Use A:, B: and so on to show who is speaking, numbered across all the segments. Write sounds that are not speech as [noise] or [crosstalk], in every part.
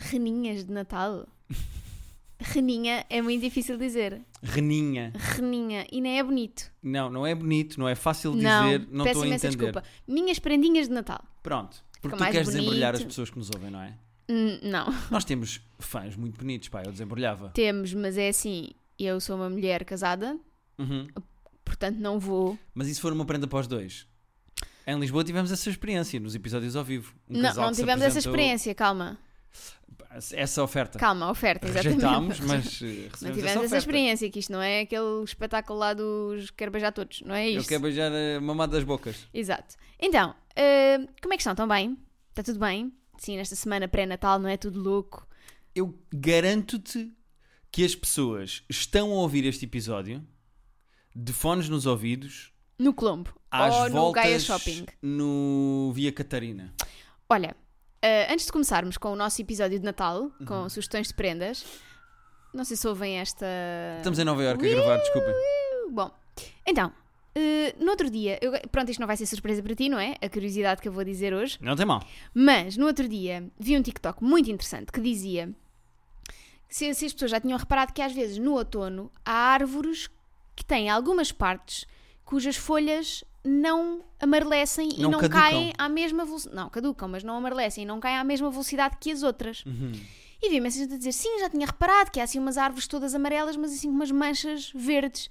A: reninhas de Natal? Reninha é muito difícil dizer.
B: Reninha.
A: Reninha. E nem é bonito.
B: Não, não é bonito, não é fácil
A: não,
B: dizer, não
A: peço
B: estou a
A: imensa
B: entender.
A: desculpa. Minhas prendinhas de Natal.
B: Pronto. Porque tu
A: mais
B: queres
A: bonito.
B: desembrulhar as pessoas que nos ouvem, não é?
A: Hum, Não.
B: Nós temos fãs muito bonitos, pá, eu desembrulhava.
A: Temos, mas é assim. Eu sou uma mulher casada,
B: Uhum.
A: portanto não vou.
B: Mas isso for uma prenda para os dois. Em Lisboa tivemos essa experiência nos episódios ao vivo. Um
A: não,
B: casal
A: não
B: que se
A: tivemos essa
B: apresentou-
A: experiência, calma.
B: Essa oferta.
A: Calma, oferta, exatamente. [laughs]
B: Rejeitámos, mas eh, recebemos
A: Não
B: essa
A: tivemos
B: oferta.
A: essa experiência, que isto não é aquele espetáculo lá dos Quero Beijar Todos, não é
B: Eu
A: isto?
B: quero beijar a mamada das bocas.
A: Exato. Então, ah, como é que estão? Estão bem? Está tudo bem? Sim, nesta semana pré-natal, não é tudo louco?
B: Eu garanto-te que as pessoas estão a ouvir este episódio de fones nos ouvidos
A: No Colombo.
B: às
A: ou no
B: voltas
A: Gaia Shopping.
B: no Via Catarina.
A: Olha, ah, antes de começarmos com o nosso episódio de Natal, com
B: Uhum.
A: sugestões de prendas, não sei se ouvem esta. Uh,
B: Estamos em Nova Iorque a gravar, desculpem.
A: Bom, então, eh, no outro dia, eu- pronto, isto não vai ser surpresa para ti, não é? A curiosidade que eu vou dizer hoje.
B: Não tem mal.
A: Mas no outro dia vi um TikTok muito interessante que dizia que se, se as pessoas já tinham reparado que às vezes no outono há árvores que têm algumas partes cujas folhas não amarelecem
B: Não
A: e não
B: caducam.
A: caem à mesma velocidade. Não, caducam, mas não amarelecem e não caem à mesma velocidade que as outras.
B: Uhum.
A: E vi imensa gente a dizer: sim, já tinha reparado que há assim umas árvores todas amarelas, mas assim com umas manchas verdes.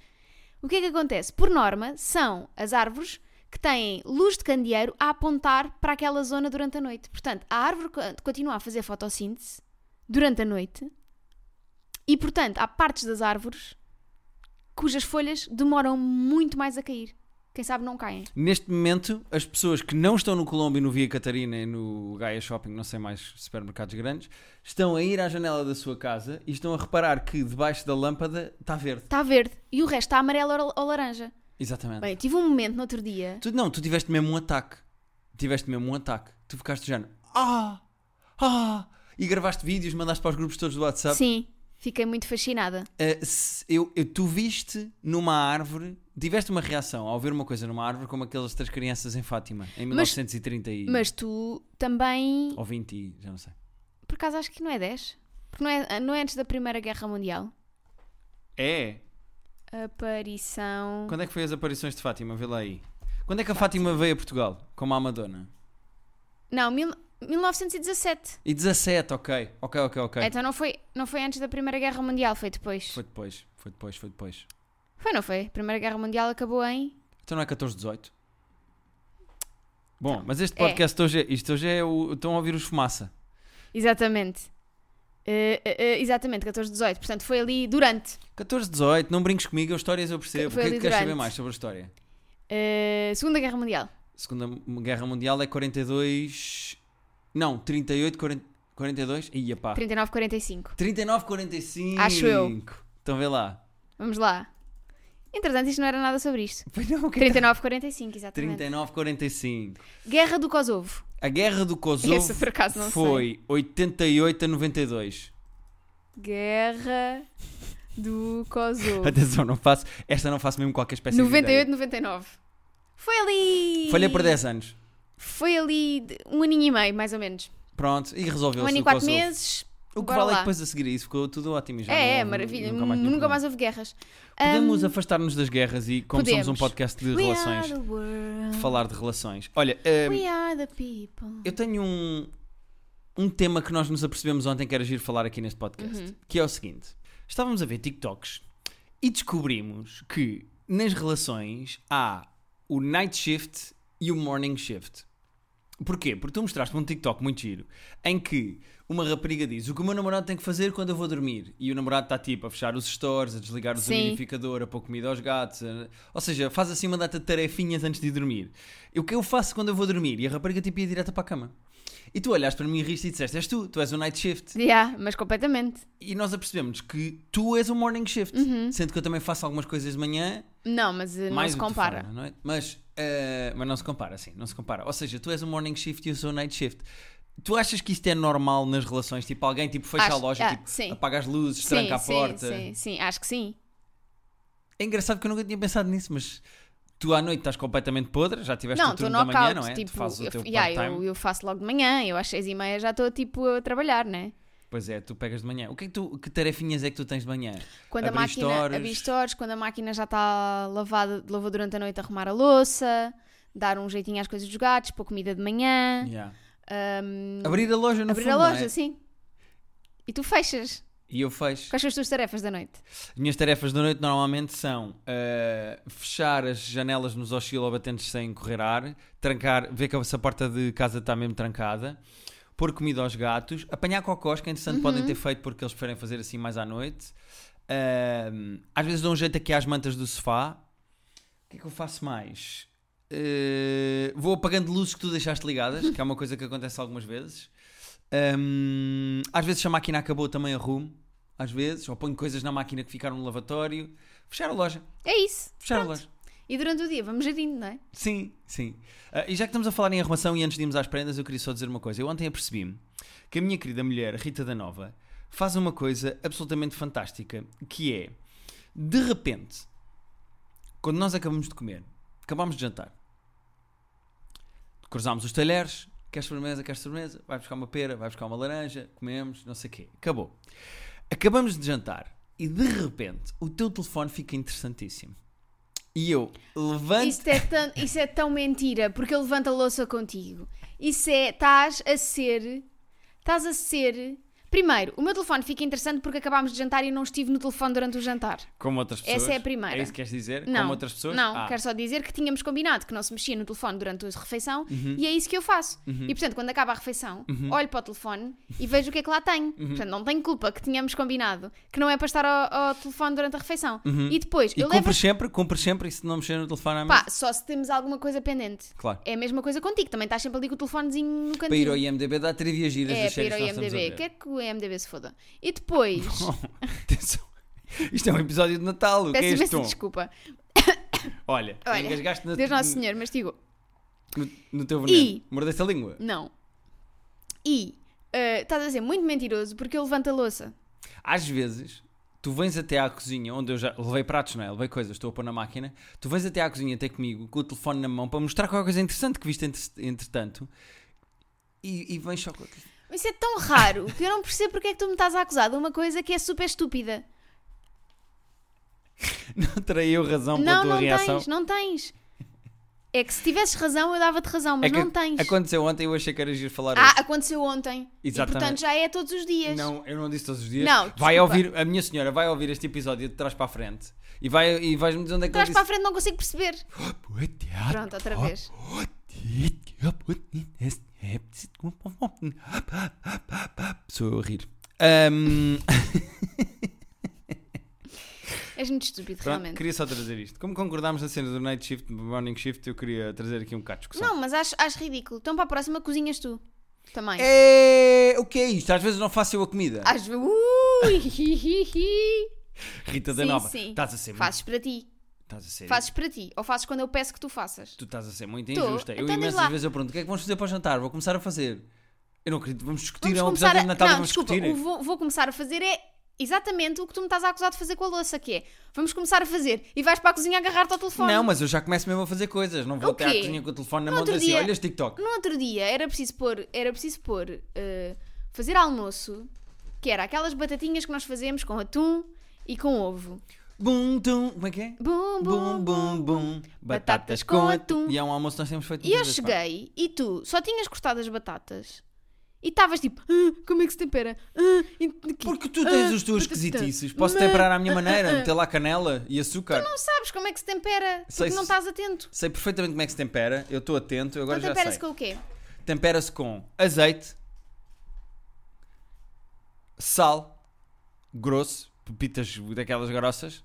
A: O que é que acontece? Por norma, são as árvores que têm luz de candeeiro a apontar para aquela zona durante a noite. Portanto, a árvore co- continua a fazer fotossíntese durante a noite e, portanto, há partes das árvores cujas folhas demoram muito mais a cair. Quem sabe não caem.
B: Neste momento, as pessoas que não estão no Colombo e no Via Catarina e no Gaia Shopping, não sei mais supermercados grandes, estão a ir à janela da sua casa e estão a reparar que debaixo da lâmpada está verde.
A: Está verde e o resto está amarelo ou- ou laranja.
B: Exatamente.
A: Bem, eu tive um momento no outro dia.
B: Tu, não, tu tiveste mesmo um ataque. Tiveste mesmo um ataque. Tu ficaste já no, ah, ah, e gravaste vídeos, mandaste para os grupos todos do WhatsApp.
A: Sim, fiquei muito fascinada.
B: Ah, se- eu, eu- tu viste numa árvore, tiveste uma reação ao ver uma coisa numa árvore como aquelas três crianças em Fátima, em 1930 e...
A: Mas tu também.
B: Ou 20 e, já não sei.
A: Por acaso acho que não é 10. Porque não é, não é antes da Primeira Guerra Mundial.
B: É,
A: Aparição.
B: Quando é que foi as aparições de Fátima? Vê lá aí. Quando é que a Fátima veio a Portugal? Como a Madonna?
A: Não, mil, 1917.
B: E 17, ok. Ok, ok, ok.
A: Então não foi, não foi antes da Primeira Guerra Mundial, foi depois.
B: Foi depois, foi depois, foi depois.
A: Foi, não foi? A Primeira Guerra Mundial acabou em.
B: Então não é 14, 18? Bom, mas este
A: é.
B: podcast hoje, é, isto hoje é o... Estão a ouvir os fumaça.
A: Exatamente. Eh, eh, eh, exatamente, 14, 18. Portanto, foi ali durante.
B: 14, 18, não brinques comigo, eu histórias eu percebo.
A: Foi
B: o que é
A: ali
B: que queres saber
A: durante.
B: mais sobre a história?
A: Eh, Segunda Guerra Mundial.
B: Segunda Guerra Mundial é 42... Não, 38, 40, 42? Ia pá.
A: 39, 45.
B: 39, 45.
A: Acho eu.
B: Então vê lá.
A: Vamos lá. Entretanto, isto não era nada sobre
B: [laughs]
A: isto.
B: Pois não, o que é que-
A: 39, 45, exatamente.
B: 39, 45.
A: Guerra do Kosovo.
B: A guerra do Kosovo
A: É Essa, por acaso, não
B: foi 88 a 92.
A: Guerra do
B: [laughs]
A: Kosovo.
B: Atenção, não faço, esta não faço mesmo qualquer espécie de ideia.
A: 98, 99. Foi ali.
B: Falhei por 10 anos.
A: Foi ali de- um aninho e meio, mais ou menos.
B: Pronto, e resolveu-se
A: um ano e
B: o
A: quatro
B: Kosovo.
A: meses.
B: O que
A: bora
B: vale é
A: lá.
B: que depois a seguir a isso ficou tudo ótimo. e Já não
A: É, é,
B: houve-
A: maravilha.
B: Nunca mais, nenhum problema.
A: houve guerras.
B: Podemos afastar-nos das guerras e, como somos
A: podemos.
B: um podcast de
A: We
B: relações,
A: are the world.
B: falar de relações. Olha, hum,
A: We are the people.
B: eu tenho um, um tema que nós nos apercebemos ontem que era giro falar aqui neste podcast, que é o seguinte. Estávamos a ver TikToks e descobrimos que nas relações há o night shift e o morning shift. Porquê? Porque tu mostraste-me um TikTok muito giro em que uma rapariga diz o que o meu namorado tem que fazer quando eu vou dormir e o namorado está tipo a fechar os stores, a desligar o
A: Sim.
B: humidificador, a pôr comida aos gatos, a- ou seja, faz assim uma data de tarefinhas antes de ir dormir. E o que eu faço quando eu vou dormir? E a rapariga tipo ia direta para a cama. E tu olhaste para mim e riste e disseste: És tu, tu és o night shift.
A: Yeah, mas completamente.
B: E nós apercebemos que tu és o morning shift, sendo que eu também faço algumas coisas de manhã,
A: Uhum. Não, mas eh, não
B: mais
A: se
B: do que
A: compara.
B: fora, não é? Mas, eh, mas não se compara, sim, não se compara. Ou seja, tu és o morning shift e eu sou o night shift. Tu achas que isto é normal nas relações? Tipo, alguém tipo fecha a
A: Acho-
B: loja,
A: ah,
B: tipo,
A: sim.
B: apaga as luzes,
A: Sim,
B: tranca a
A: sim,
B: porta.
A: Sim, sim, acho que sim.
B: É engraçado que eu nunca tinha pensado nisso, mas tu à noite estás completamente podre, já tiveste
A: não,
B: o
A: estou
B: turno da
A: knockout.
B: manhã, não é?
A: Tipo,
B: tu fazes o
A: eu,
B: teu
A: yeah,
B: part-time.
A: eu, eu faço logo de manhã, eu às seis e meia já estou tipo a trabalhar, né?
B: Pois é, tu pegas de manhã. O que é que tu, que tarefinhas é que tu tens de manhã?
A: Quando
B: Abrir
A: a máquina
B: stores.
A: abrir stores, quando a máquina já está lavada, lavou durante a noite arrumar a louça, dar um jeitinho às coisas dos gatos, pôr comida de manhã,
B: Yeah.
A: hum,
B: Abrir a loja no
A: abrir
B: fundo,
A: a
B: não é?
A: loja, sim. E tu fechas.
B: E eu fecho.
A: Quais são as tuas tarefas da noite?
B: As minhas tarefas da noite normalmente são eh, fechar as janelas nos oscilobatentes sem correr ar, trancar, ver que essa porta de casa está mesmo trancada, pôr comida aos gatos, apanhar cocós, que entretanto podem ter feito porque eles preferem fazer assim mais à noite. Ahm, às vezes dou um jeito aqui às mantas do sofá. O que é que eu faço mais? Eh, vou apagando luzes que tu deixaste ligadas, que é uma coisa que acontece algumas vezes. Ahm, às vezes se a máquina acabou também arrumo, às vezes, ou ponho coisas na máquina que ficaram no lavatório. Fechar a loja,
A: É isso.
B: fechar a
A: Pronto.
B: loja.
A: E durante o dia vamos gerindo, não é?
B: Sim, sim. Ah, e já que estamos a falar em arrumação e antes de irmos às prendas, eu queria só dizer uma coisa. Eu ontem apercebi-me que a minha querida mulher, Rita da Nova, faz uma coisa absolutamente fantástica, que é, de repente, quando nós acabamos de comer, acabamos de jantar, cruzámos os talheres, quer sobremesa, quer sobremesa, vai buscar uma pera, vai buscar uma laranja, comemos, não sei o quê. Acabou. Acabamos de jantar e, de repente, o teu telefone fica interessantíssimo. E eu levanto...
A: Isso é, tão, isso é tão mentira, porque eu levanto a louça contigo. Isso é, estás a ser. Estás a ser. Primeiro, o meu telefone fica interessante porque acabámos de jantar e eu não estive no telefone durante o jantar.
B: Como outras pessoas?
A: Essa é a primeira.
B: É isso que queres dizer?
A: Não.
B: Como outras pessoas?
A: Não,
B: Ah,
A: quero só dizer que tínhamos combinado que não se mexia no telefone durante a refeição
B: Uhum.
A: e é isso que eu faço. E portanto, quando acaba a refeição, olho para o telefone e vejo o que é que lá tenho.
B: Uhum.
A: Portanto, não tenho culpa que tínhamos combinado que não é para estar ao, ao telefone durante a refeição. E depois,
B: Uhum. E
A: eu
B: cumpres
A: levo.
B: sempre, cumpres sempre, e se não mexer no telefone à mesa?
A: Pá, só se temos alguma coisa pendente.
B: Claro.
A: É a mesma coisa contigo, também estás sempre ali com o telefonezinho no cantinho.
B: Para ir ao IMDB dá trivia giras
A: um- é,
B: das
A: para ir
B: séries
A: ao
B: que nós estamos a
A: IMDB.
B: ver.
A: Quer que o IMDB se foda. E depois,
B: [laughs] Atenção. Isto é um episódio de Natal, o que é
A: peço
B: este
A: imensa
B: tom?
A: desculpa.
B: Olha,
A: Olha,
B: engasgaste na-
A: Deus Nosso Senhor, mas digo,
B: no, no teu veneno.
A: E-
B: Mordeste a língua.
A: não. E eh, estás a ser muito mentiroso porque eu levanto a louça.
B: Às vezes, tu vens até à cozinha, onde eu já levei pratos, não é? Levei coisas, estou a pôr na máquina. Tu vens até à cozinha até comigo, com o telefone na mão, para mostrar qualquer coisa interessante que viste entre- entretanto. E, e vens só com o telefone.
A: Mas Isso é tão
B: [laughs]
A: raro que eu não percebo porque é que tu me estás a acusar de uma coisa que é super estúpida.
B: Não [laughs] terei eu razão pela
A: não,
B: tua
A: não
B: reação.
A: tens, não tens. É que se tivesses razão, eu dava-te razão, mas
B: É que
A: não tens.
B: Aconteceu ontem eu achei que era giro falar
A: Ah, aconteceu ontem.
B: Exatamente.
A: E portanto já é todos os
B: hoje.
A: dias.
B: Não, eu não disse todos os dias.
A: Não,
B: vai
A: desculpa.
B: ouvir, a minha senhora vai ouvir este episódio de trás para a frente e, vai, e vais-me dizer onde é que "Oh,
A: Trás
B: eu
A: para a
B: disse.
A: frente não consigo perceber. Pronto, outra
B: oh,
A: vez.
B: Sou eu a rir. Ahm,
A: És muito estúpido,
B: pronto,
A: realmente.
B: queria só trazer isto. Como concordámos na cena do Night Shift, do Morning Shift, eu queria trazer aqui um bocado de discussão.
A: Não, mas acho, acho ridículo. Então para a próxima cozinhas tu. Também.
B: É, o que é isto? Às vezes não faço eu a comida.
A: Às vezes. Ui, hi, hi, hi.
B: Rita da
A: sim,
B: Nova,
A: sim.
B: estás a ser É muito-
A: Fazes para ti.
B: Estás a ser.
A: Fazes para ti. Ou fazes quando eu peço que tu faças.
B: Tu estás a ser muito
A: Tô.
B: injusta. eu
A: Então diz
B: imensas
A: lá.
B: vezes eu pergunto: o que é que vamos fazer para o jantar? Vou começar a fazer. Eu não acredito, vamos discutir.
A: Vamos
B: é um
A: começar
B: episódio
A: a...
B: de Natal e
A: Não,
B: vamos
A: desculpa.
B: discutir.
A: O vou, vou começar a fazer é exatamente o que tu me estás a acusar de fazer com a louça, que é vamos começar a fazer e vais para a cozinha agarrar-te ao telefone.
B: Não, mas eu já começo mesmo a fazer coisas. Não vou
A: O
B: até à
A: quê?
B: cozinha com o telefone na
A: No
B: mão e
A: outro
B: assim:
A: dia-
B: olha este TikTok.
A: No outro dia era preciso pôr, era preciso pôr eh, fazer almoço, que era aquelas batatinhas que nós fazemos com atum e com ovo.
B: Bum, tum. Como é que é?
A: Bum, bum,
B: Bum, bum, bum.
A: Batatas
B: Batatas com
A: com
B: atum.
A: atum.
B: E é um almoço que nós temos feito
A: E eu
B: muitas vezes, pá.
A: cheguei e tu só tinhas cortado as batatas e estavas tipo, "Ah, como é que se tempera? Ah, e de quê?"
B: Porque tu tens
A: Ah,
B: os teus
A: batata.
B: esquisitices. Posso
A: Mas-
B: temperar à minha
A: ah, ah,
B: maneira,
A: ah.
B: meter lá canela e açúcar.
A: Não sabes como é que se tempera porque
B: Sei se-
A: não estás atento.
B: Sei perfeitamente como é que se tempera. Eu estou atento, eu agora
A: então
B: já sei.
A: tempera-se com o quê?
B: Tempera-se com azeite, sal, grosso, pepitas daquelas grossas,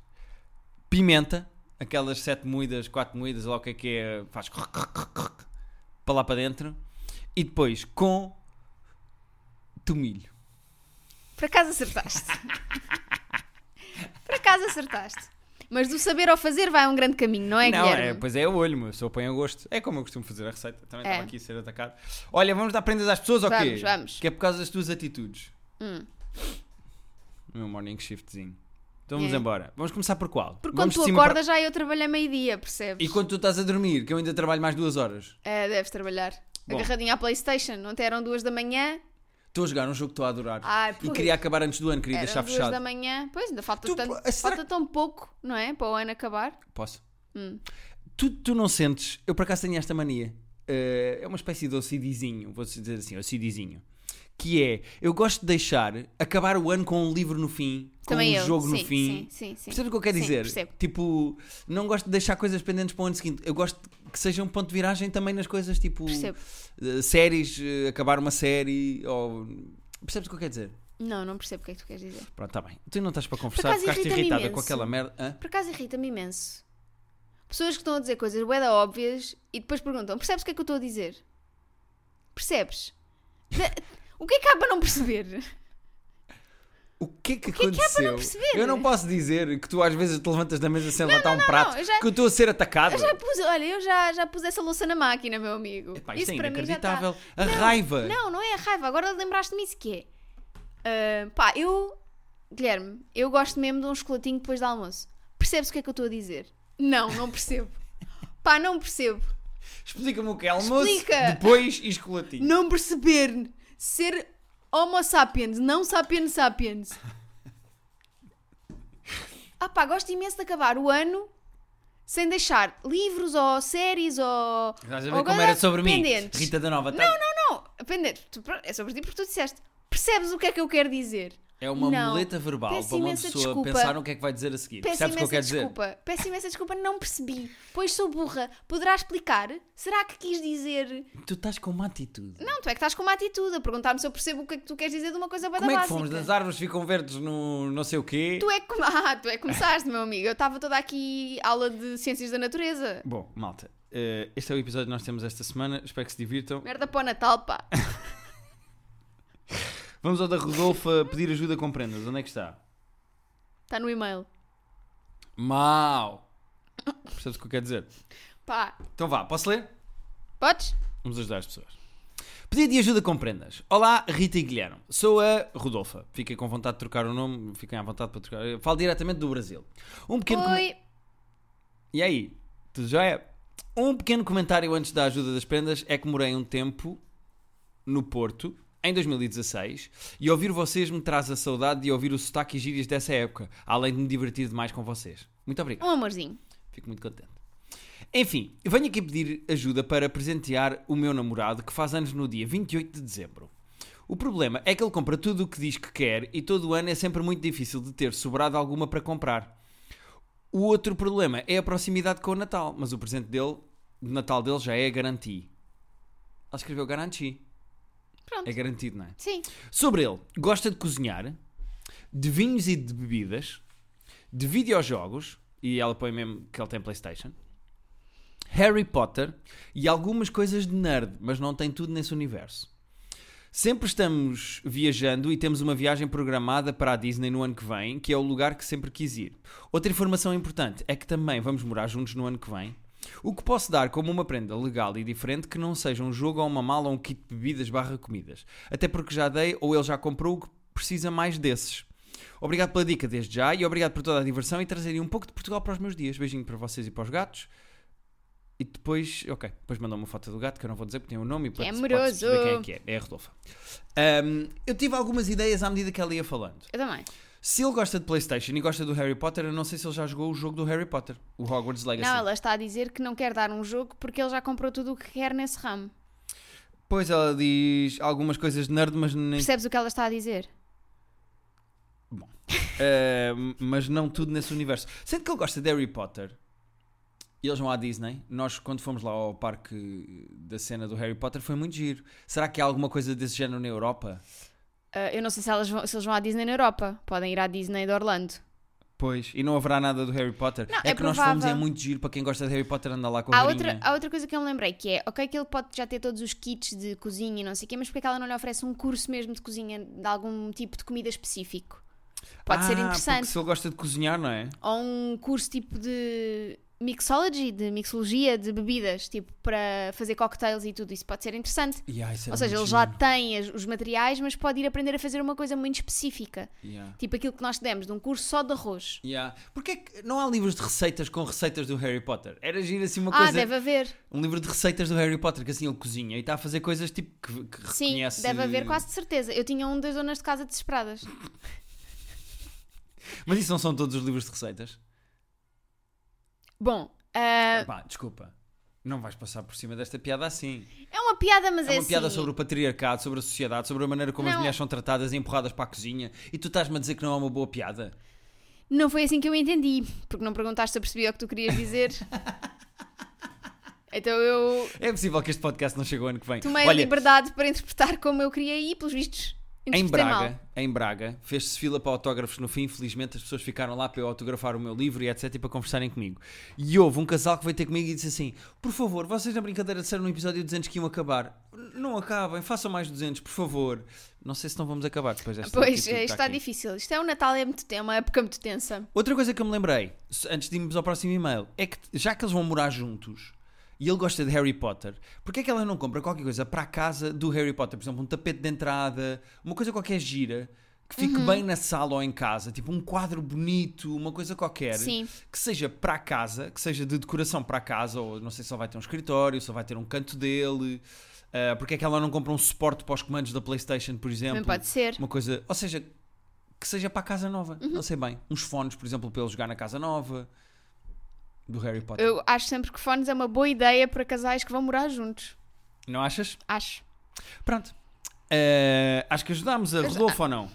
B: pimenta, aquelas sete moídas, quatro moídas, lá o que é que é, faz para lá para dentro, e depois com tomilho.
A: Por acaso acertaste. Por acaso acertaste. Mas do saber ao fazer vai um grande caminho, não é,
B: Não,
A: Guilherme?
B: é, pois é o olho, meu, só põe a gosto. É como eu costumo fazer a receita, também
A: É.
B: estava aqui a ser atacado. Olha, vamos dar prendas às pessoas ou quê?
A: Vamos, vamos.
B: Que é por causa das tuas atitudes.
A: Hum.
B: O meu morning shiftzinho. Então vamos
A: É.
B: embora. Vamos começar por qual?
A: Porque quando
B: vamos de
A: tu
B: cima para-
A: acordas já é eu trabalhei meio-dia, percebes?
B: E quando tu estás a dormir, que eu ainda trabalho mais duas horas.
A: É, deves trabalhar.
B: Bom.
A: Agarradinha à Playstation. Ontem eram duas da manhã.
B: Estou a jogar um jogo que estou a adorar.
A: Ai,
B: e
A: pois.
B: queria acabar antes do ano, queria
A: Eram
B: deixar
A: duas da
B: fechado.
A: manhã. Pois, ainda falta,
B: Tu-
A: tanto,
B: será
A: falta tão pouco, não é? Para o ano acabar.
B: Posso?
A: Hum.
B: Tu, tu não sentes, eu por acaso tenho esta mania, eh, é uma espécie de OCDzinho, vou dizer assim, OCDzinho, que é, eu gosto de deixar acabar o ano com um livro no fim, com
A: Também
B: um
A: eu.
B: jogo
A: Sim,
B: no fim.
A: Sim, sim, sim.
B: Percebes o que eu quero
A: Sim,
B: dizer?
A: percebo.
B: Tipo, não gosto de deixar coisas pendentes para o ano seguinte. Eu gosto que seja um ponto de viragem também nas coisas, tipo,
A: Percebo.
B: eh, séries, eh, acabar uma série, ou... Percebes o que eu quero dizer?
A: Não, não percebo o que é que tu queres dizer.
B: Pronto, está bem. Tu não estás para conversar,
A: acaso
B: ficaste
A: irrita-me
B: irritada com
A: imenso.
B: aquela merda. Hã?
A: Por acaso irrita-me imenso. Pessoas que estão a dizer coisas bué da óbvias e depois perguntam: percebes o que é que eu estou a dizer? Percebes? Da- O que é que há para não
B: [laughs]
A: perceber?
B: O que é que
A: que é que há para
B: aconteceu?
A: não perceber?
B: eu não posso dizer que tu às vezes te levantas da mesa sem levantar um prato,
A: eu já-
B: que eu estou a ser atacado.
A: Eu já pus, olha, eu já, já pus essa louça na máquina, meu amigo.
B: Epá, isto
A: já
B: é
A: está-
B: inacreditável. A raiva.
A: Não, não é a raiva. Agora lembraste-me isso que é. Ah, pá, eu. Guilherme, eu gosto mesmo de um chocolatinho depois do almoço. Percebes o que é que eu estou a dizer? Não, não percebo.
B: [laughs]
A: pá, não percebo.
B: Explica-me o que é almoço,
A: Explica.
B: depois e chocolatinho.
A: Não perceber. Ser homo sapiens, não sapiens [laughs] sapiens. Ah pá, gosto imenso de acabar o ano sem deixar livros ou séries ou...
B: Estás a
A: ou
B: ver como era
A: coisas
B: sobre mim?
A: pendentes.
B: Rita da Nova. tá?
A: Não, pendente. Tu- É sobre ti porque tu disseste. Percebes o que é que eu quero dizer?
B: É uma
A: Não.
B: muleta verbal
A: Peço
B: para uma
A: imensa
B: pessoa
A: desculpa.
B: pensar no que é que vai dizer a seguir.
A: Peço
B: Percebes o que eu
A: imensa
B: quero dizer?
A: desculpa. Peço imensa desculpa, não percebi. Pois sou burra. Poderá explicar? Será que quis dizer?
B: Tu estás com uma atitude.
A: Não, tu é que estás com uma atitude a perguntar-me se eu percebo o que é que tu queres dizer de uma coisa bem
B: Como é que
A: básica.
B: fomos? Das árvores ficam verdes no não sei o quê.
A: Tu é que come- [laughs] ah, tu é que começaste, meu amigo. Eu estava toda aqui aula de ciências da natureza.
B: Bom, malta, eh, este é o episódio que nós temos esta semana. Espero que se divirtam.
A: Merda para o Natal, pá.
B: Vamos ao da Rodolfa pedir ajuda com prendas. Onde é que está?
A: Está no e-mail.
B: Mau. Percebes o que eu quero dizer?
A: Pá,
B: Então vá, posso ler?
A: podes?
B: Vamos ajudar as pessoas. Pedido de ajuda com prendas. Olá, Rita e Guilherme. Sou a Rodolfa. Fiquem com vontade de trocar o nome, fiquem à vontade para trocar. Eu falo diretamente do Brasil. Um pequeno com-
A: Oi.
B: E aí? Tudo jóia? Um pequeno comentário antes da ajuda das prendas é que morei um tempo no Porto, em 2016, e ouvir vocês me traz a saudade de ouvir o sotaque e gírias dessa época, além de me divertir demais com vocês. Muito obrigado.
A: Um amorzinho.
B: Fico muito contente. Enfim, eu venho aqui pedir ajuda para presentear o meu namorado que faz anos no dia 28 de dezembro. O problema é que ele compra tudo o que diz que quer e todo o ano é sempre muito difícil de ter sobrado alguma para comprar. O outro problema é a proximidade com o Natal, mas o presente dele, de Natal dele, já é garanti. Ela escreveu garanti.
A: Pronto.
B: É garantido, não é?
A: Sim.
B: Sobre ele, gosta de cozinhar, de vinhos e de bebidas, de videojogos, e ela põe mesmo que ele tem Playstation, Harry Potter e algumas coisas de nerd, mas não tem tudo nesse universo. Sempre estamos viajando e temos uma viagem programada para a Disney no ano que vem, que é o lugar que sempre quis ir. Outra informação importante é que também vamos morar juntos no ano que vem, o que posso dar como uma prenda legal e diferente que não seja um jogo ou uma mala ou um kit de bebidas barra comidas. Até porque já dei ou ele já comprou o que precisa mais desses. Obrigado pela dica desde já e obrigado por toda a diversão e trazerem um pouco de Portugal para os meus dias. Beijinho para vocês e para os gatos. E depois, ok, depois mandou uma foto do gato que eu não vou dizer porque tem o nome e pode-
A: amoroso.
B: pode-se perceber quem é que é. É a Rodolfa. Ahm, eu tive algumas ideias à medida que ela ia falando.
A: Eu também.
B: Se ele gosta de Playstation e gosta do Harry Potter, eu não sei se ele já jogou o jogo do Harry Potter, o Hogwarts Legacy.
A: Não, ela está a dizer que não quer dar um jogo porque ele já comprou tudo o que quer nesse ramo.
B: Pois ela diz algumas coisas de nerd, mas nem.
A: Percebes o que ela está a dizer?
B: Eh, mas não tudo nesse universo. Sendo que ele gosta de Harry Potter, e eles vão à Disney. Nós, quando fomos lá ao parque da cena do Harry Potter, foi muito giro. Será que há alguma coisa desse género na Europa?
A: Ah, eu não sei se, elas vão- se eles vão à Disney na Europa. Podem ir à Disney de Orlando.
B: Pois, e não haverá nada do Harry Potter.
A: Não,
B: é,
A: é
B: que nós fomos e é
A: provável.
B: muito giro para quem gosta de Harry Potter andar lá com a
A: Há
B: varinha.
A: outra, há outra coisa que eu me lembrei que é, ok, que ele pode já ter todos os kits de cozinha e não sei o quê, mas porque é que ela não lhe oferece um curso mesmo de cozinha de algum tipo de comida específico? Pode
B: Ah,
A: ser
B: porque
A: interessante.
B: Se ele gosta de cozinhar, não é?
A: Ou um curso tipo de mixology, de mixologia de bebidas, tipo para fazer cocktails e tudo, isso pode ser interessante.
B: Yeah, isso era
A: Ou seja,
B: muito
A: ele já
B: giro.
A: tem as- os materiais, mas pode ir aprender a fazer uma coisa muito específica.
B: Yeah.
A: Tipo aquilo que nós demos de um curso só de arroz.
B: Yeah. Porquê é que não há livros de receitas com receitas do Harry Potter? Era giro assim uma
A: ah,
B: coisa.
A: deve haver.
B: Um livro de receitas do Harry Potter, que assim ele cozinha e está a fazer coisas tipo que, que
A: Sim,
B: reconhece.
A: deve haver quase de certeza. Eu tinha um das donas de casa desesperadas.
B: Mas isso não são todos os livros de receitas?
A: Bom, ah,
B: Pá, desculpa. Não vais passar por cima desta piada assim.
A: é uma piada, mas
B: É
A: é,
B: uma piada
A: assim.
B: sobre o patriarcado, sobre a sociedade, sobre a maneira como as
A: Não.
B: mulheres são tratadas e empurradas para a cozinha. E tu estás-me a dizer que não é uma boa piada?
A: Não foi assim que eu entendi, porque não perguntaste se eu percebi o que tu querias
B: [laughs]
A: dizer. então eu
B: É possível que este podcast não chegue ao ano que vem.
A: tomei a
B: Olha,
A: liberdade para interpretar como eu queria e, pelos vistos,
B: em
A: interpretei mal.
B: Braga, em Braga, fez-se fila para autógrafos no fim. Infelizmente, as pessoas ficaram lá para eu autografar o meu livro e etc. e para conversarem comigo. E houve um casal que veio ter comigo e disse assim: Por favor, vocês na brincadeira disseram no episódio 200 que iam acabar. N- Não acabem, façam mais 200, por favor. Não sei se não vamos acabar depois desta
A: Pois,
B: atitude que
A: isto está
B: aqui.
A: difícil. Isto é um Natal, é, muito, é uma época muito tensa.
B: Outra coisa que eu me lembrei, se- antes de irmos ao próximo e-mail, é que já que eles vão morar juntos e ele gosta de Harry Potter, porque é que ela não compra qualquer coisa para a casa do Harry Potter? Por exemplo, um tapete de entrada, uma coisa qualquer gira, que fique
A: Uhum.
B: bem na sala ou em casa, tipo um quadro bonito, uma coisa qualquer,
A: Sim.
B: que seja para a casa, que seja de decoração para a casa, ou não sei se só vai ter um escritório, só vai ter um canto dele. ah, porque é que ela não compra um suporte para os comandos da PlayStation, por exemplo?
A: Também pode ser.
B: Uma coisa, ou seja, que seja para a casa nova,
A: Uhum.
B: não sei bem. Uns fones, por exemplo, para ele jogar na casa nova do Harry Potter.
A: Eu acho sempre que fones é uma boa ideia para casais que vão morar juntos.
B: Não achas?
A: Acho.
B: Pronto. Eh, acho que ajudámos a Rodolfo ou não?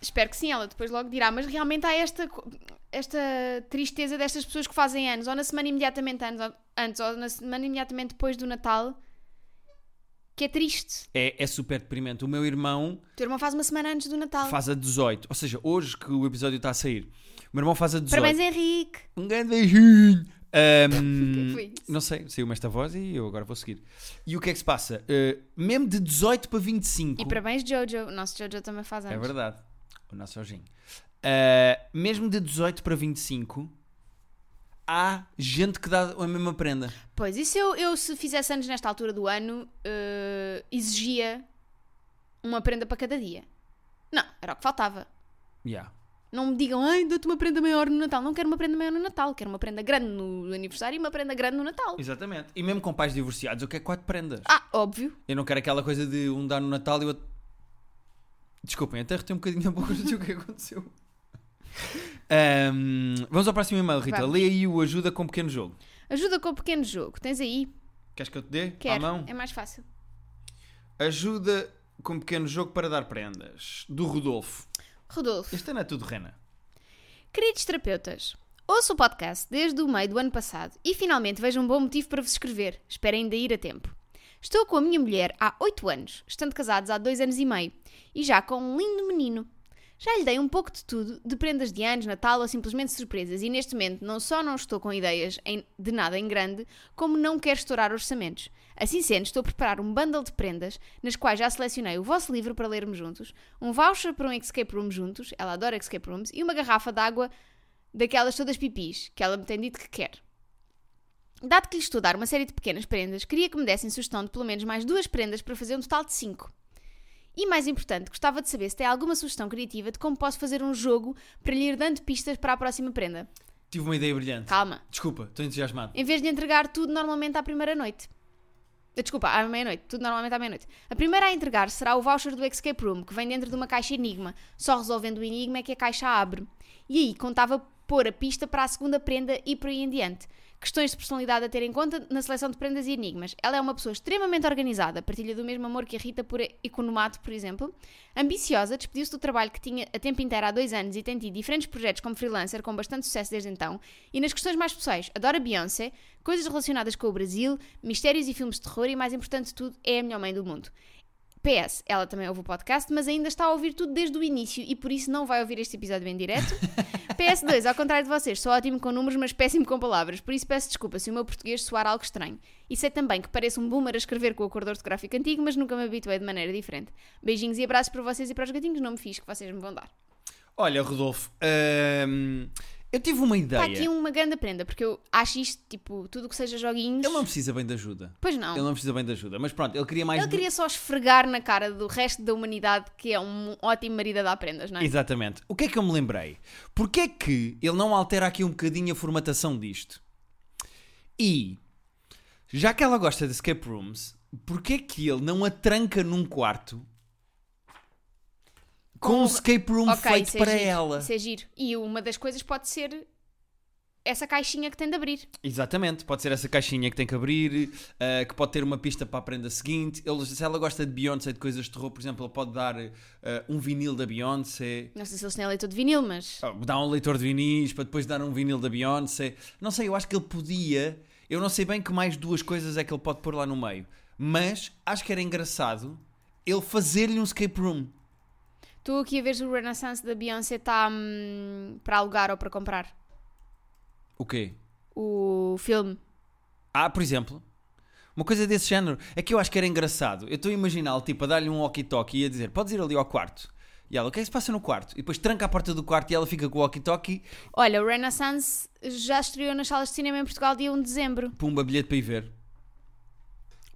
A: Espero que sim, ela depois logo dirá. Mas realmente há esta, co- esta tristeza destas pessoas que fazem anos, ou na semana imediatamente anos, ou- antes, ou na semana imediatamente depois do Natal, que é triste.
B: É, é super deprimente. O meu irmão
A: O teu irmão faz uma semana antes do Natal.
B: faz a 18, ou seja, hoje que o episódio está a sair, o meu irmão faz a 18.
A: Parabéns, Henrique!
B: Um grande beijinho.
A: [laughs]
B: Ahm,
A: O que é que foi isso?
B: não sei, saiu-me esta voz e eu agora vou seguir. E o que é que se passa? Eh, mesmo de 18 para 25.
A: E parabéns, Jojo. O nosso Jojo também faz anos.
B: É verdade. O nosso Jorginho. Ah, mesmo de 18 para 25, há gente que dá a mesma prenda.
A: Pois, e se eu, eu se fizesse anos nesta altura do ano, eh, exigia uma prenda para cada dia? Não, era o que faltava.
B: Yeah.
A: Não me digam, ai, dou-te uma prenda maior no Natal. Não quero uma prenda maior no Natal. Quero uma prenda grande no aniversário e uma prenda grande no Natal.
B: Exatamente. E mesmo com pais divorciados, eu quero quatro prendas.
A: Ah, óbvio.
B: Eu não quero aquela coisa de um dar no Natal e o outro. Desculpem, até retei um bocadinho a boca [laughs] do que aconteceu. Ahm, vamos ao próximo e-mail, Rita.
A: Vamos.
B: Lê aí o Ajuda com Pequeno Jogo.
A: Ajuda com o pequeno jogo. Tens aí?
B: Queres que eu te dê? À
A: Quero.
B: mão?
A: É mais fácil.
B: Ajuda com Pequeno Jogo para dar prendas. Do Rodolfo.
A: Rodolfo.
B: Este ano é tudo, Rena.
A: Queridos terapeutas, ouço o podcast desde o meio do ano passado e finalmente vejo um bom motivo para vos escrever. Espero ainda ir a tempo. Estou com a minha mulher há 8 anos, estando casados há 2 anos e meio, e já com um lindo menino. Já lhe dei um pouco de tudo, de prendas de anos, Natal ou simplesmente surpresas, e neste momento não só não estou com ideias em- de nada em grande, como não quero estourar orçamentos. Assim sendo, estou a preparar um bundle de prendas, nas quais já selecionei o vosso livro para lermos juntos, um voucher para um escape room juntos, ela adora escape rooms, e uma garrafa de água daquelas todas pipis, que ela me tem dito que quer. Dado que lhes estou a dar uma série de pequenas prendas, queria que me dessem sugestão de pelo menos mais duas prendas para fazer um total de cinco. E mais importante, gostava de saber se tem alguma sugestão criativa de como posso fazer um jogo para lhe ir dando pistas para a próxima prenda.
B: Tive uma ideia brilhante.
A: Calma.
B: Desculpa, estou entusiasmado.
A: Em vez de entregar tudo normalmente à primeira noite. Eh, Desculpa, à meia-noite. Tudo normalmente à meia-noite. A primeira a entregar será o voucher do Escape Room, que vem dentro de uma caixa enigma. Só resolvendo o enigma é que a caixa abre. E aí contava pôr a pista para a segunda prenda e por aí em diante. Questões de personalidade a ter em conta na seleção de prendas e enigmas. Ela é uma pessoa extremamente organizada, partilha do mesmo amor que a Rita por Economato, por exemplo. Ambiciosa, despediu-se do trabalho que tinha a tempo inteiro há dois anos e tem tido diferentes projetos como freelancer com bastante sucesso desde então. E nas questões mais pessoais, adora Beyoncé, coisas relacionadas com o Brasil, mistérios e filmes de terror e, mais importante de tudo, é a melhor mãe do mundo. PS, ela também ouve o podcast, mas ainda está a ouvir tudo desde o início e por isso não vai ouvir este episódio em direto. PS2, ao contrário de vocês, sou ótimo com números, mas péssimo com palavras, por isso peço desculpa se o meu português soar algo estranho. E sei também que pareço um boomer a escrever com o acordador de gráfico antigo, mas nunca me habituei de maneira diferente. Beijinhos e abraços para vocês e para os gatinhos, não me fiz que vocês me vão dar.
B: Olha, Rodolfo, hum, Eu tive uma
A: Está
B: ideia.
A: Tá aqui um uma grande prenda, porque eu acho isto, tipo, tudo o que seja joguinhos.
B: Ele não precisa bem de ajuda.
A: Pois não.
B: Ele não precisa bem de ajuda. Mas pronto, ele queria mais.
A: Ele queria só esfregar na cara do resto da humanidade que é um ótimo marido a dar prendas, não é?
B: Exatamente. O que é que eu me lembrei? Porquê é que ele não altera aqui um bocadinho a formatação disto? E, já que ela gosta de escape rooms, porquê é que ele não a tranca num quarto com um escape room
A: Ok,
B: feito
A: isso é
B: para
A: giro,
B: ela?
A: Isso é giro. E uma das coisas pode ser essa caixinha que tem de abrir.
B: Exatamente, pode ser essa caixinha que tem que abrir, eh, que pode ter uma pista para a prenda seguinte. Ele- se ela gosta de Beyoncé, de coisas de terror, por exemplo, ele pode dar eh, um vinil da Beyoncé,
A: Não sei se eles têm leitor de vinil, mas.
B: Oh, dar um leitor de vinis para depois dar um vinil da Beyoncé. Não sei, eu acho que ele podia. Eu não sei bem que mais duas coisas é que ele pode pôr lá no meio, mas acho que era engraçado ele fazer-lhe um escape room.
A: Estou aqui a ver se o Renaissance da Beyoncé está hum, para alugar ou para comprar
B: O quê?
A: o filme.
B: Ah, por exemplo. Uma coisa desse género. É que eu acho que era engraçado. Eu estou a imaginá-lo, tipo, a dar-lhe um walkie-talkie e a dizer: Podes ir ali ao quarto. E ela, o que é que se passa no quarto? E depois tranca a porta do quarto e ela fica com o walkie-talkie,
A: Olha, o Renaissance já estreou nas salas de cinema em Portugal dia 1 de dezembro.
B: pumba, bilhete para ir ver.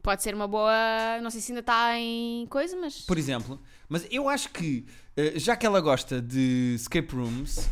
A: Pode ser uma boa. Não sei se ainda está em coisa, mas.
B: Por exemplo. Mas eu acho que, eh, já que ela gosta de escape rooms,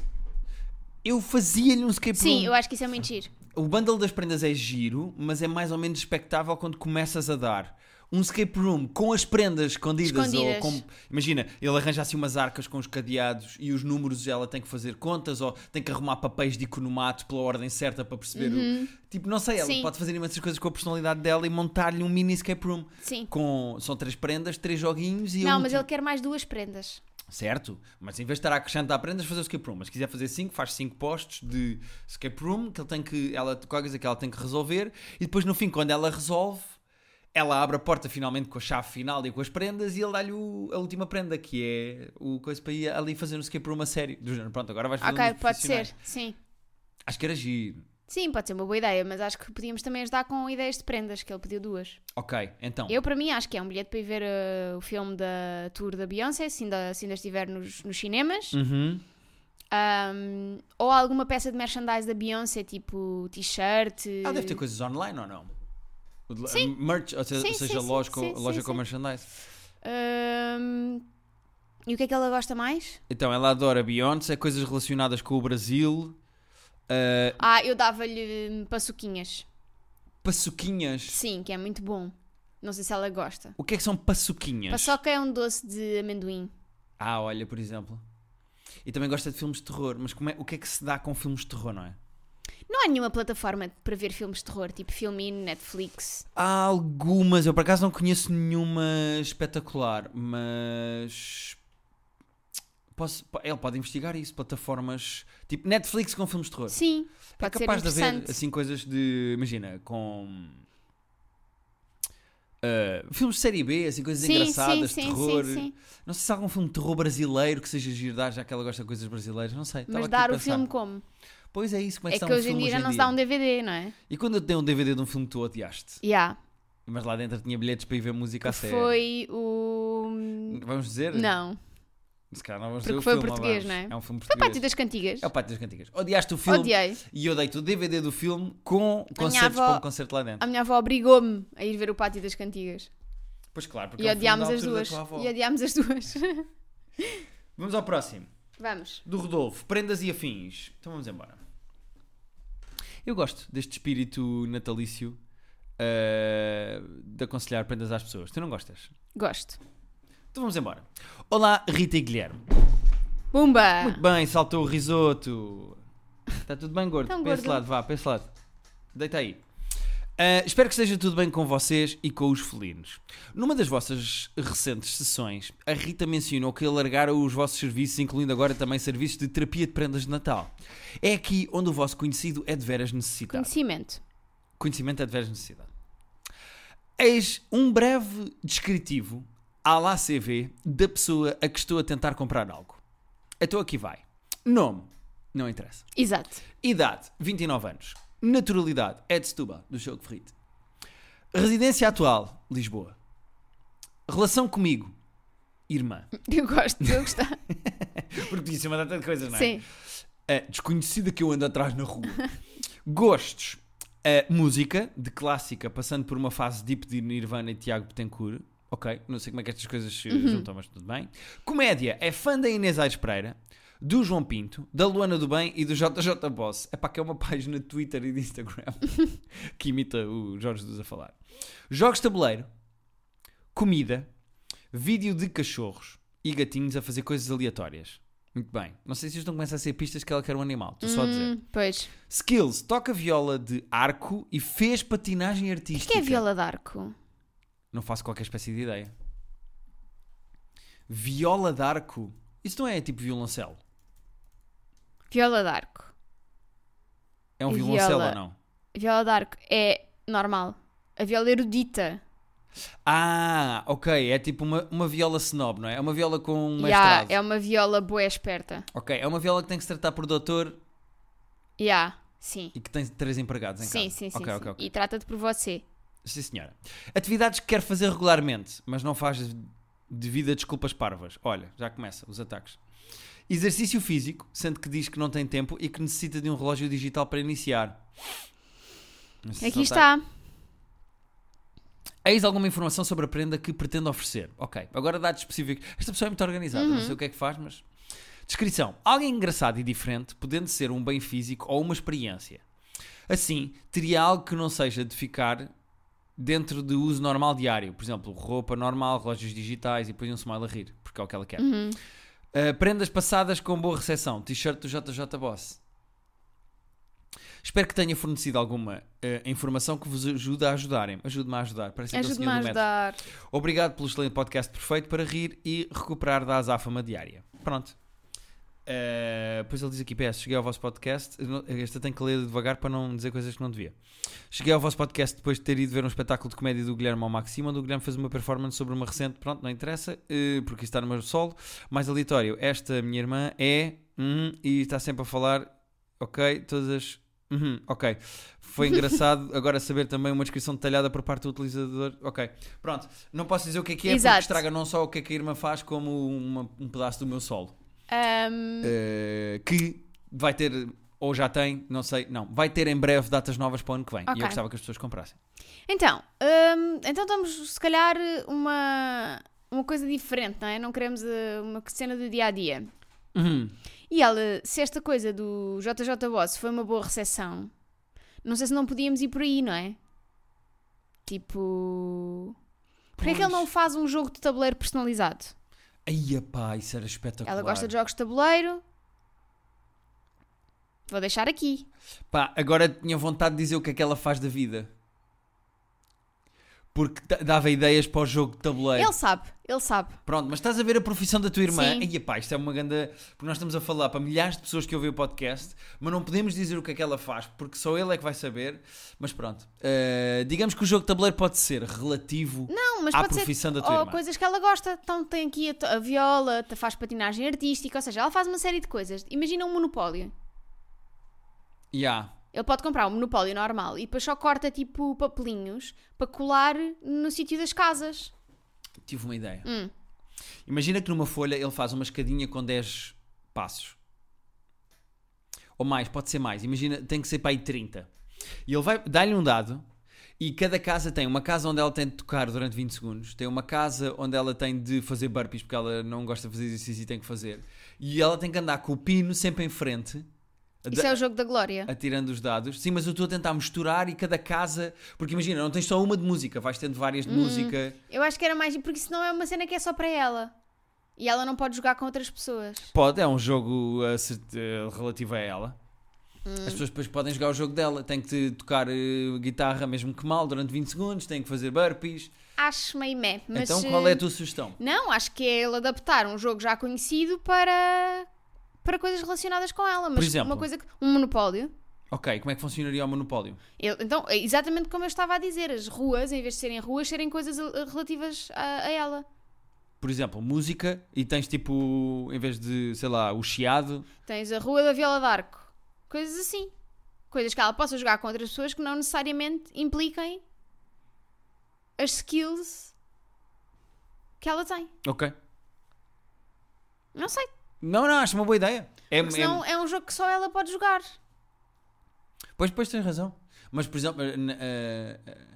B: eu fazia-lhe um escape
A: Sim, eu
B: room.
A: acho que isso é muito giro.
B: O bundle das prendas é giro, mas é mais ou menos expectável quando começas a dar. Um escape room com as prendas escondidas,
A: Escondidas.
B: ou com. Imagina, ele arranja assim umas arcas com os cadeados e os números ela tem que fazer contas ou tem que arrumar papéis de economato pela ordem certa para perceber o. Tipo, não sei, ela
A: Uhum. Sim.
B: pode fazer imensas coisas com a personalidade dela e montar-lhe um mini escape room.
A: Sim.
B: Com... São três prendas, três joguinhos e
A: Não,
B: um
A: mas
B: tipo-
A: ele quer mais duas prendas.
B: Certo, mas em vez de estar a acrescentar prendas, fazer o escape room. Mas se quiser fazer 5, faz 5 postos de escape room que ele tem que, ela, coisas que ela tem que resolver e depois no fim, quando ela resolve, ela abre a porta finalmente com a chave final e com as prendas e ele dá-lhe o- a última prenda que é o coisa para ir ali fazer um escape room a sério. Do género, pronto, agora vais fazer um
A: ok,
B: dos
A: pode
B: profissionais.
A: ser. Sim.
B: Acho que era giro.
A: Sim, pode ser uma boa ideia, mas acho que podíamos também ajudar com ideias de prendas, que ele pediu duas.
B: Ok, então.
A: Eu, para mim, acho que é um bilhete para ir ver eh, o filme da tour da Beyoncé, se ainda, se ainda estiver nos, nos cinemas.
B: Uhum.
A: Ahm, ou alguma peça de merchandise da Beyoncé, tipo t-shirt.
B: Ah, deve ter coisas online ou não? Sim. Merch, ou seja,
A: Eh, Sim,
B: ou seja
A: sim, sim,
B: loja, com,
A: sim, sim,
B: loja
A: sim.
B: com merchandise.
A: Ahm, e o que é que ela gosta mais?
B: Então, ela adora Beyoncé, coisas relacionadas com o Brasil, ah,
A: Ah, eu dava-lhe hum, paçoquinhas.
B: paçoquinhas.
A: Sim, que é muito bom. Não sei se ela gosta.
B: O que é que são paçoquinhas?
A: Paçoca é um doce de amendoim.
B: Ah, olha, por exemplo. E também gosta de filmes de terror, mas como é- o que é que se dá com filmes de terror, não é?
A: Não há nenhuma plataforma para ver filmes de terror, tipo Filmin, Netflix.
B: Há algumas, eu por acaso não conheço nenhuma espetacular, mas. Posso, po- ele pode investigar isso, plataformas tipo Netflix com filmes de terror.
A: Sim, pode
B: é
A: ser
B: capaz de
A: interessante.
B: haver assim coisas de. Imagina, com. ah, filmes de série B, assim, coisas engraçadas, terror. Não sei se há algum filme de terror brasileiro que seja giro dar, já que ela gosta de coisas brasileiras, não sei. estava
A: Mas
B: aqui
A: dar
B: a
A: o
B: pensar.
A: filme como?
B: Pois é isso, como é que,
A: É
B: se
A: que
B: dá um
A: hoje em
B: filme
A: dia já não se dá um DVD, não é?
B: E quando eu tenho um DVD de um filme que tu odiaste,
A: Já.
B: mas lá dentro tinha bilhetes para ir ver música a
A: Que
B: sério.
A: foi o.
B: Vamos dizer?
A: Não.
B: Se calhar não vamos
A: Porque
B: dizer o
A: foi
B: filme,
A: português,
B: vamos.
A: não
B: É um filme
A: Foi Pátio
B: português.
A: das Cantigas.
B: É o Pátio das Cantigas. Odiaste o filme
A: Odiei.
B: e eu dei-te o DVD do filme com concertos
A: avó-
B: para um concerto lá dentro.
A: A minha avó obrigou-me a ir ver o Pátio das Cantigas.
B: Pois claro, porque
A: E
B: é um filme da
A: odiámos as
B: altura da
A: duas.
B: tua avó.
A: E odiámos as duas. [laughs]
B: Vamos ao próximo.
A: Vamos.
B: Do Rodolfo, prendas e afins. Então vamos embora. Eu gosto deste espírito natalício uh, de aconselhar prendas às pessoas. Tu não gostas?
A: Gosto.
B: Então vamos embora. Olá, Rita e Guilherme.
A: Pumba!
B: Muito bem, saltou o risoto. Está tudo bem, gordo?
A: Então,
B: para esse
A: gordo.
B: lado, vá, para esse lado. Deita aí. Ah, espero que esteja tudo bem com vocês e com os felinos. Numa das vossas recentes sessões, a Rita mencionou que alargaram os vossos serviços, incluindo agora também serviços de terapia de prendas de Natal. É aqui onde o vosso conhecido é de veras necessitado.
A: Conhecimento.
B: Conhecimento é de veras necessidade. Eis um breve descritivo à lá CV da pessoa a que estou a tentar comprar algo. Então aqui vai. Nome, não interessa.
A: Exato. [laughs]
B: Idade, 29 anos. Naturalidade, é de Setúbal, do Choco Ferrite. Residência atual, Lisboa. Relação comigo, irmã. [laughs]
A: Eu gosto, eu gostava.
B: Porque disse uma data de coisas, não é?
A: Sim.
B: eh, desconhecida que eu ando atrás na rua. Gostos. eh, música, de clássica, passando por uma fase deep de Nirvana e Tiago Betancourt. Ok, não sei como é que estas coisas se juntam, mas tudo bem. Comédia, é fã da Inês Aires Pereira, do João Pinto, da Luana do Bem e do JJ Boss. É pá, que é uma [laughs] página de Twitter e de Instagram que imita o Jorge dos a falar. Jogos de tabuleiro, comida, vídeo de cachorros e gatinhos a fazer coisas aleatórias. Muito bem. Não sei se isto não começa a ser pistas que ela quer um animal. Estou só a dizer.
A: Hum, pois.
B: Skills. Toca viola de arco e fez patinagem
A: O
B: artística.
A: que é viola d'arco?
B: Não faço qualquer espécie de ideia. Viola de arco. Isso não é tipo violoncelo.
A: Viola d'arco.
B: É um violoncelo
A: Viola.
B: ou não?
A: Viola d'arco é normal. A viola erudita.
B: Ah, ok. É tipo uma, uma viola snob, não é? É uma viola com um
A: Ya,
B: mestrado.
A: é uma viola boa esperta.
B: Ok. É uma viola que tem que se tratar por doutor
A: Já, sim.
B: e que tem três empregados em
A: Sim,
B: casa.
A: sim, sim.
B: Ok,
A: sim.
B: ok, ok.
A: E trata-te por você.
B: Sim, senhora. Atividades que quer fazer regularmente, mas não faz devido a desculpas parvas. Olha, já começa os ataques. Exercício físico, sendo que diz que não tem tempo e que necessita de um relógio digital para iniciar. Não sei se
A: Aqui
B: não
A: está.
B: Eis alguma informação sobre a prenda que pretende oferecer. Ok, agora dados específicos. Esta pessoa é muito organizada,
A: Uhum.
B: não sei o que é que faz, mas. Descrição: Alguém engraçado e diferente, podendo ser um bem físico ou uma experiência. Assim, teria algo que não seja de ficar dentro do uso normal diário. Por exemplo, roupa normal, relógios digitais e depois um smile a rir, porque é o que ela quer.
A: Uhum.
B: Uh, prendas passadas com boa recepção. T-shirt do JJ Boss. Espero que tenha fornecido alguma uh, informação que vos ajude a ajudarem. Ajude-me a ajudar. Parece aquele
A: Ajude-me
B: senhor
A: a
B: do metro.
A: ajudar.
B: Obrigado pelo excelente podcast perfeito para rir e recuperar da azáfama diária. Pronto. Uh, pois ele diz aqui, PS, cheguei ao vosso podcast. eu não- Esta tem que ler devagar para não dizer coisas que não devia. Cheguei ao vosso podcast depois de ter ido ver um espetáculo de comédia do Guilherme ao Maximo, onde o Guilherme fez uma performance sobre uma recente. Pronto, não interessa, uh, porque isso está no meu solo. Mais aleatório, esta minha irmã é. uhum, e está sempre a falar. Ok, todas as. uhum, ok. Foi engraçado agora saber também uma descrição detalhada por parte do utilizador. Ok, pronto. Não posso dizer o que é que é,
A: Exato.
B: porque estraga não só o que é que a irmã faz, como uma- um pedaço do meu solo.
A: Ahm,
B: Eh, que vai ter, ou já tem, não sei, não, vai ter em breve datas novas para o ano que vem. E
A: Ok.
B: eu gostava que as pessoas comprassem. É.
A: Então, hum, então estamos se calhar uma, uma coisa diferente, não é? Não queremos eh, uma cena do dia a dia.
B: Uhum.
A: E ela, se esta coisa do JJ Boss foi uma boa recepção, não sei se não podíamos ir por aí, não é? Tipo. Porquê é que ele não faz um jogo de tabuleiro personalizado?
B: Aí, pá, isso era espetacular.
A: Ela gosta de jogos de tabuleiro. Vou deixar aqui.
B: Pá, agora tinha vontade de dizer o que é que ela faz da vida. Porque da- dava ideias para o jogo de tabuleiro.
A: Ele sabe, ele sabe.
B: Pronto, mas estás a ver a profissão da tua irmã?
A: Sim.
B: Aí, pá, isto é uma grande. Porque nós estamos a falar para milhares de pessoas que ouvem o podcast, mas não podemos dizer o que é que ela faz, porque só ele é que vai saber. Mas pronto, Eh, digamos que o jogo de tabuleiro pode ser relativo
A: Não, mas
B: à
A: pode ser
B: profissão da tua
A: ou
B: irmã.
A: coisas que ela gosta. Então tem aqui a, to- a viola, te- faz patinagem artística, ou seja, ela faz uma série de coisas. Imagina um monopólio.
B: Yeah.
A: Ele pode comprar um monopólio normal e depois só corta tipo papelinhos para colar no sítio das casas.
B: Tive uma ideia.
A: Hum.
B: Imagina que numa folha ele faz uma escadinha com 10 passos. Ou mais, pode ser mais. Imagina, tem que ser para aí 30. E ele vai dar-lhe um dado. E cada casa tem uma casa onde ela tem de tocar durante 20 segundos, tem uma casa onde ela tem de fazer burpees porque ela não gosta de fazer exercício e tem que fazer. E ela tem que andar com o pino sempre em frente, a
A: Isso
B: da-
A: é o jogo da glória.
B: atirando os dados. Sim, mas eu estou a tentar misturar e cada casa. Porque imagina, não tens só uma de música, vais tendo várias de música.
A: Eu acho que era mais. Porque isso não é uma cena que é só para ela. E ela não pode jogar com outras pessoas.
B: Pode, é um jogo uh, se- uh, relativo a ela.
A: Hum.
B: As pessoas depois podem jogar o jogo dela. Tem que te tocar uh, guitarra, mesmo que mal, durante 20 segundos. Tem que fazer burpees.
A: Acho meio meh. Mas,
B: então, qual é
A: eh,
B: a tua sugestão?
A: Não, acho que é ele adaptar um jogo já conhecido para. Para coisas relacionadas com ela, mas
B: exemplo?
A: uma coisa que. Um monopólio.
B: Ok, como é que funcionaria o monopólio?
A: Eu- então, é exatamente como eu estava a dizer, as ruas, em vez de serem ruas, serem coisas eh, relativas a, a ela.
B: Por exemplo, música e tens tipo, em vez de, sei lá, o chiado.
A: Tens a Rua da Viola d'Arco, coisas assim. Coisas que ela possa jogar com outras pessoas que não necessariamente impliquem as skills que ela tem.
B: Ok.
A: Não sei.
B: Não, não, acho uma boa ideia. É,
A: Porque senão é um jogo que só ela pode jogar.
B: Pois, pois tens razão. Mas, por exemplo, eh, na- eh, eh,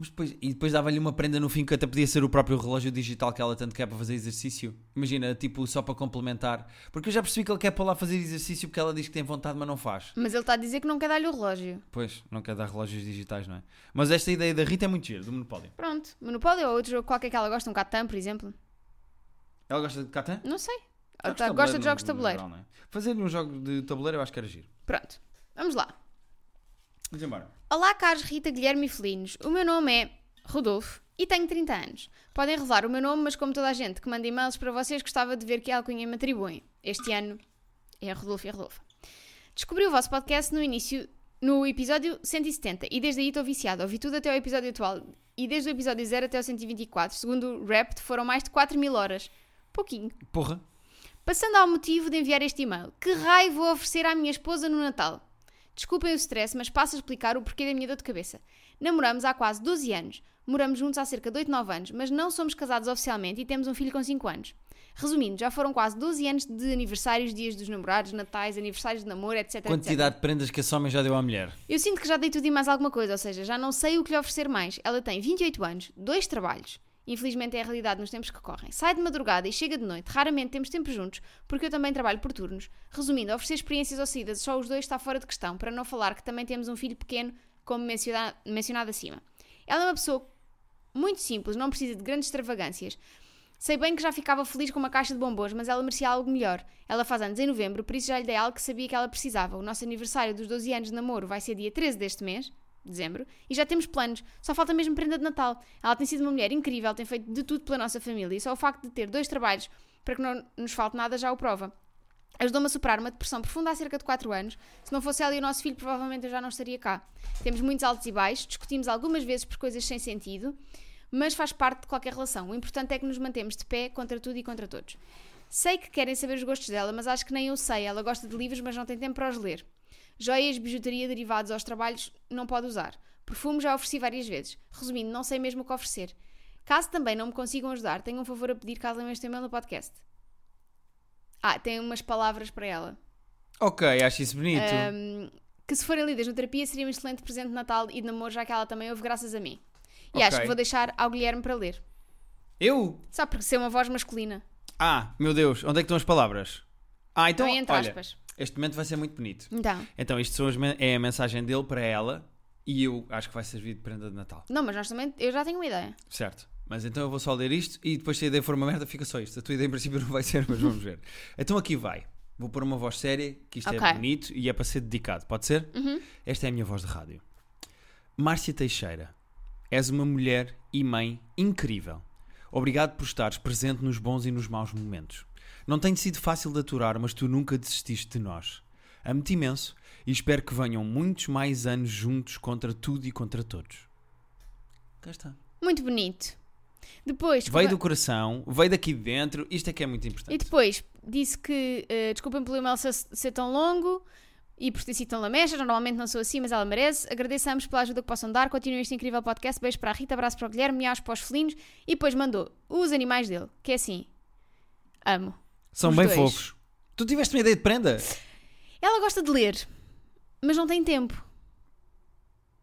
B: mas depois, e depois dava-lhe uma prenda no fim que até podia ser o próprio relógio digital que ela tanto quer para fazer exercício. Imagina, tipo, só para complementar. Porque eu já percebi que ele quer para lá fazer exercício porque ela diz que tem vontade, mas não faz.
A: Mas ele está a dizer que não quer dar-lhe o relógio.
B: Pois, não quer dar relógios digitais, não é? Mas esta ideia da Rita é muito gira, do Monopólio.
A: Pronto. Monopólio ou é outro jogo qualquer que ela gosta, um Catan, por exemplo.
B: Ela gosta de Catan?
A: Não sei. Ela
B: Jogos
A: tá-
B: de
A: gosta
B: tabuleiro,
A: de jogos de
B: no- no
A: tabuleiro.
B: geral, não é? Fazer-lhe um jogo de tabuleiro eu acho que era giro.
A: Pronto. Vamos lá.
B: Vamos embora.
A: Olá, caros Rita, Guilherme e Felinos. O meu nome é Rodolfo e tenho 30 anos. Podem revelar o meu nome, mas como toda a gente que manda e-mails para vocês, gostava de ver que alcunha me atribuem. Este ano é Rodolfo e a Rodolfa. Descobri o vosso podcast no início, no episódio 170 e desde aí estou viciado. Ouvi tudo até o episódio atual e desde o episódio 0 até o 124. Segundo o Rapt, foram mais de 4 mil horas. Pouquinho.
B: Porra.
A: Passando ao motivo de enviar este e-mail. Que raio vou oferecer à minha esposa no Natal? Desculpem o stress, mas passo a explicar o porquê da minha dor de cabeça. Namoramos há quase 12 anos. Moramos juntos há cerca de 8, 9 anos, mas não somos casados oficialmente e temos um filho com 5 anos. Resumindo, já foram quase 12 anos de aniversários, dias dos namorados, natais, aniversários de namoro, etc. etc.
B: Quantidade de prendas que esse homem já deu à mulher.
A: Eu sinto que já dei tudo e mais alguma coisa, ou seja, já não sei o que lhe oferecer mais. Ela tem 28 anos, dois trabalhos. Infelizmente é a realidade nos tempos que correm. Sai de madrugada e chega de noite, raramente temos tempo juntos, porque eu também trabalho por turnos. Resumindo, oferecer experiências ou saídas só os dois está fora de questão, para não falar que também temos um filho pequeno, como menciona- mencionado acima. Ela é uma pessoa muito simples, não precisa de grandes extravagâncias. Sei bem que já ficava feliz com uma caixa de bombons, mas ela merecia algo melhor. Ela faz anos em novembro, por isso já lhe dei algo que sabia que ela precisava. O nosso aniversário dos 12 anos de namoro vai ser dia 13 deste mês, dezembro, e já temos planos. Só falta mesmo prenda de Natal. Ela tem sido uma mulher incrível, tem feito de tudo pela nossa família, e só o facto de ter dois trabalhos para que não nos falte nada já o prova. Ajudou-me a superar uma depressão profunda há cerca de 4 anos. Se não fosse ela e o nosso filho, provavelmente eu já não estaria cá. Temos muitos altos e baixos, discutimos algumas vezes por coisas sem sentido, mas faz parte de qualquer relação. O importante é que nos mantemos de pé contra tudo e contra todos. Sei que querem saber os gostos dela, mas acho que nem eu sei. Ela gosta de livros, mas não tem tempo para os ler. Joias, bijuteria derivados aos trabalhos não pode usar. Perfume já ofereci várias vezes. Resumindo, não sei mesmo o que oferecer. Caso também não me consigam ajudar, tenho um favor a pedir caso leiam este e-mail no podcast. Ah, tem umas palavras para ela.
B: Ok, acho isso bonito.
A: Ahm, que se forem lidas no terapia seria um excelente presente de Natal e de namoro, já que ela também ouve graças a mim. E acho
B: Ok.
A: que vou deixar ao Guilherme para ler.
B: Eu?
A: Só porque ser uma voz masculina.
B: Ah, meu Deus, onde é que estão as palavras? Ah, então,
A: Então, entre
B: olha,
A: aspas.
B: este momento vai ser muito bonito.
A: Então.
B: Então, isto são as men- é a mensagem dele para ela e eu acho que vai servir de prenda de Natal,
A: Não, mas nós também. Eu já tenho uma ideia.
B: certo? Mas então eu vou só ler isto e depois se a ideia for uma merda fica só isto. A tua ideia em princípio não vai ser, mas vamos ver. Então aqui vai. Vou pôr uma voz séria, que isto
A: Ok.
B: é bonito e é para ser dedicado, pode ser? Esta é a minha voz de rádio. Márcia Teixeira, és uma mulher e mãe incrível. Obrigado por estares presente nos bons e nos maus momentos. Não tem sido fácil de aturar, mas tu nunca desististe de nós. Amo-te imenso e espero que venham muitos mais anos juntos contra tudo e contra todos. Cá está.
A: Muito bonito. Depois.
B: Veio do
A: desculpa-
B: coração, veio daqui de dentro, isto é que é muito
A: E
B: importante.
A: depois disse que. eh, desculpem pelo e-mail ser, ser tão longo e por ter sido tão lamecha. Normalmente não sou assim, mas ela merece. Agradeço a ambos pela ajuda que possam dar. Continuem este incrível podcast. Beijo para a Rita, abraço para o Guilherme, miaus para os felinos. E depois mandou os animais dele, que é assim. Amo.
B: São
A: os
B: bem
A: dois.
B: fofos. Tu tiveste uma ideia de prenda?
A: Ela gosta de ler, mas não tem tempo.